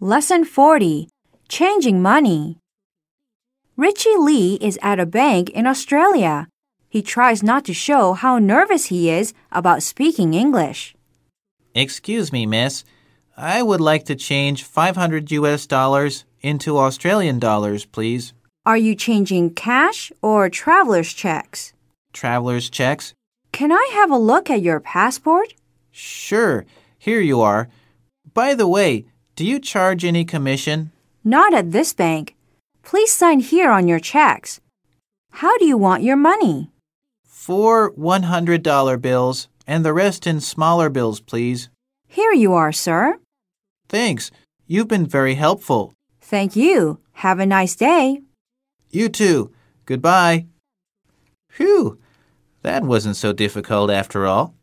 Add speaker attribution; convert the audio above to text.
Speaker 1: Lesson 40 Changing Money. Richie Lee is at a bank in Australia. He tries not to show how nervous he is about speaking English.
Speaker 2: Excuse me, miss. I would like to change 500 US dollars into Australian dollars, please.
Speaker 1: Are you changing cash or traveler's checks?
Speaker 2: Traveler's checks?
Speaker 1: Can I have a look at your passport?
Speaker 2: Sure. Here you are. By the way, do you charge any commission?
Speaker 1: Not at this bank. Please sign here on your checks. How do you want your money?
Speaker 2: Four $100 bills and the rest in smaller bills, please.
Speaker 1: Here you are, sir.
Speaker 2: Thanks. You've been very helpful.
Speaker 1: Thank you. Have a nice day.
Speaker 2: You too. Goodbye. Phew. That wasn't so difficult after all.